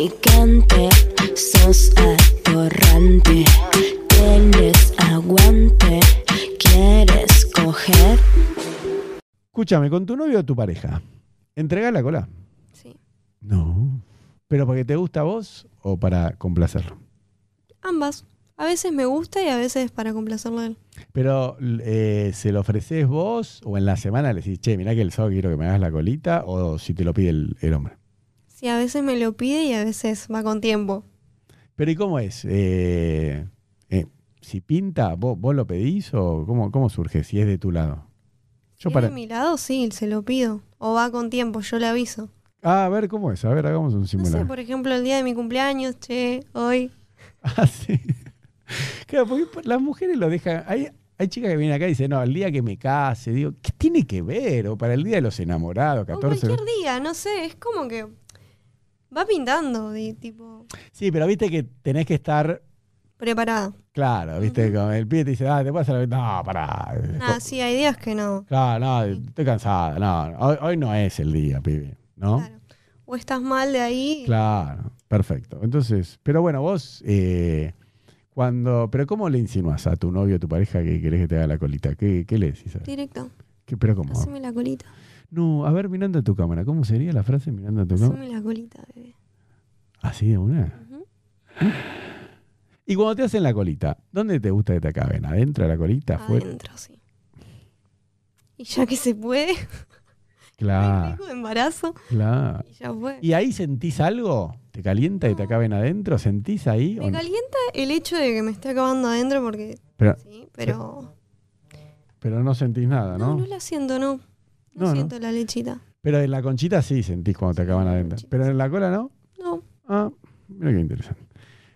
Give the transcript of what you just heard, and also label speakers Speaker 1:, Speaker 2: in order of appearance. Speaker 1: atorrante, sos atorrante. Tienes aguante, quieres coger.
Speaker 2: Escúchame, con tu novio o tu pareja, ¿entrega la cola?
Speaker 3: Sí.
Speaker 2: No. ¿Pero porque te gusta a vos o para complacerlo?
Speaker 3: Ambas. A veces me gusta y a veces para complacerlo a él.
Speaker 2: Pero eh, ¿se lo ofreces vos o en la semana le decís, che, mirá que el sábado quiero que me hagas la colita o si te lo pide el, el hombre?
Speaker 3: Sí, a veces me lo pide y a veces va con tiempo.
Speaker 2: Pero ¿y cómo es? Eh, eh, si pinta, ¿vos, vos lo pedís o cómo, cómo surge si es de tu lado?
Speaker 3: Si es de mi lado, sí, se lo pido. O va con tiempo, yo le aviso.
Speaker 2: Ah, a ver cómo es, a ver, hagamos un
Speaker 3: No
Speaker 2: simulacro.
Speaker 3: sé, por ejemplo, el día de mi cumpleaños, che, hoy.
Speaker 2: Ah, sí. Claro, porque por- las mujeres lo dejan. Hay, hay chicas que vienen acá y dicen, no, el día que me case, digo, ¿qué tiene que ver? O para el día de los enamorados,
Speaker 3: O
Speaker 2: 14.
Speaker 3: cualquier día, no sé, es como que va pintando, di- tipo,
Speaker 2: Sí, pero viste que tenés que estar.
Speaker 3: preparado.
Speaker 2: Claro, viste, Como el pibe te dice, ah, te puedo hacer la. No, pará.
Speaker 3: Nada, sí, hay días que no.
Speaker 2: Claro, no, estoy cansada. No, hoy, hoy no es el día, pibe. ¿No?
Speaker 3: Claro. O estás mal de ahí.
Speaker 2: Claro, perfecto. Entonces, pero bueno, vos, eh, cuando, pero ¿cómo le insinúas a tu novio o tu pareja que querés que te haga la colita? ¿Qué, qué le decís? a-
Speaker 3: Directo.
Speaker 2: ¿Qué- pero cómo?
Speaker 3: Haceme la colita.
Speaker 2: No, a ver, mirando a tu cámara, ¿cómo sería la frase mirando a tu cámara?
Speaker 3: Haceme la colita, bebé.
Speaker 2: Así de una.
Speaker 3: Ujú.
Speaker 2: Y cuando te hacen la colita, ¿dónde te gusta que te acaben? ¿Adentro de la colita? ¿Afuera?
Speaker 3: Adentro, sí. Y ya que se puede, hay
Speaker 2: Claro,
Speaker 3: riesgo de embarazo.
Speaker 2: claro.
Speaker 3: Ah. Y ya fue.
Speaker 2: ¿Y ahí sentís algo? ¿Te calienta y te
Speaker 3: No.
Speaker 2: acaben adentro? ¿Sentís ahí? o
Speaker 3: Me
Speaker 2: no?
Speaker 3: calienta el hecho de que me esté acabando adentro porque
Speaker 2: Pero-
Speaker 3: sí, pero
Speaker 2: Pero no sentís nada,
Speaker 3: no,
Speaker 2: ¿no?
Speaker 3: no, la siento, no.
Speaker 2: No,
Speaker 3: No,
Speaker 2: no.
Speaker 3: siento la lechita.
Speaker 2: Pero en la conchita sí sentís cuando te acaban
Speaker 3: en la
Speaker 2: adentro.
Speaker 3: conchita
Speaker 2: Pero en la cola no.
Speaker 3: No,
Speaker 2: Ah, mira qué interesante.